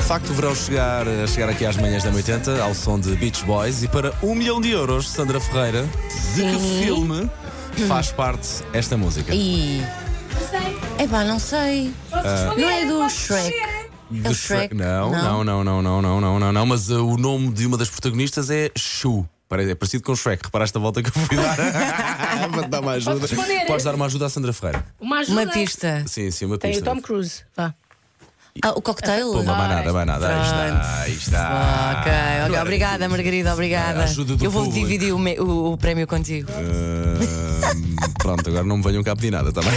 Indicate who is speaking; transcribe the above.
Speaker 1: facto, o verão chegar, a chegar aqui às manhãs da 80 ao som de Beach Boys e para um milhão de euros, Sandra Ferreira, de que
Speaker 2: Sim.
Speaker 1: filme faz parte esta música?
Speaker 2: E. É pá, não sei. Não é do Shrek. É
Speaker 1: Do
Speaker 2: o Shrek.
Speaker 1: Não, não, não, não, não, não, não, não, não, mas uh, o nome de uma das protagonistas é Shu. Pare- É parecido com Shrek. Reparaste a volta que eu fui dar para te dar uma ajuda.
Speaker 3: Posso responder?
Speaker 1: Podes dar uma ajuda à Sandra Ferreira.
Speaker 3: Uma ajuda.
Speaker 2: Uma pista.
Speaker 1: Sim, sim, uma
Speaker 3: Tem
Speaker 1: pista.
Speaker 3: o Tom Cruise. Vá.
Speaker 2: Ah, o cocktail?
Speaker 1: Pumba, vai nada, vai nada. Aí está, aí está.
Speaker 2: Ok, ok. Obrigada, Margarida, obrigada.
Speaker 1: ajuda do
Speaker 2: Eu vou
Speaker 1: público.
Speaker 2: dividir o, me- o- o prémio contigo.
Speaker 1: Hum, Ahm, pronto, agora não me venham cá pedir nada, está bem?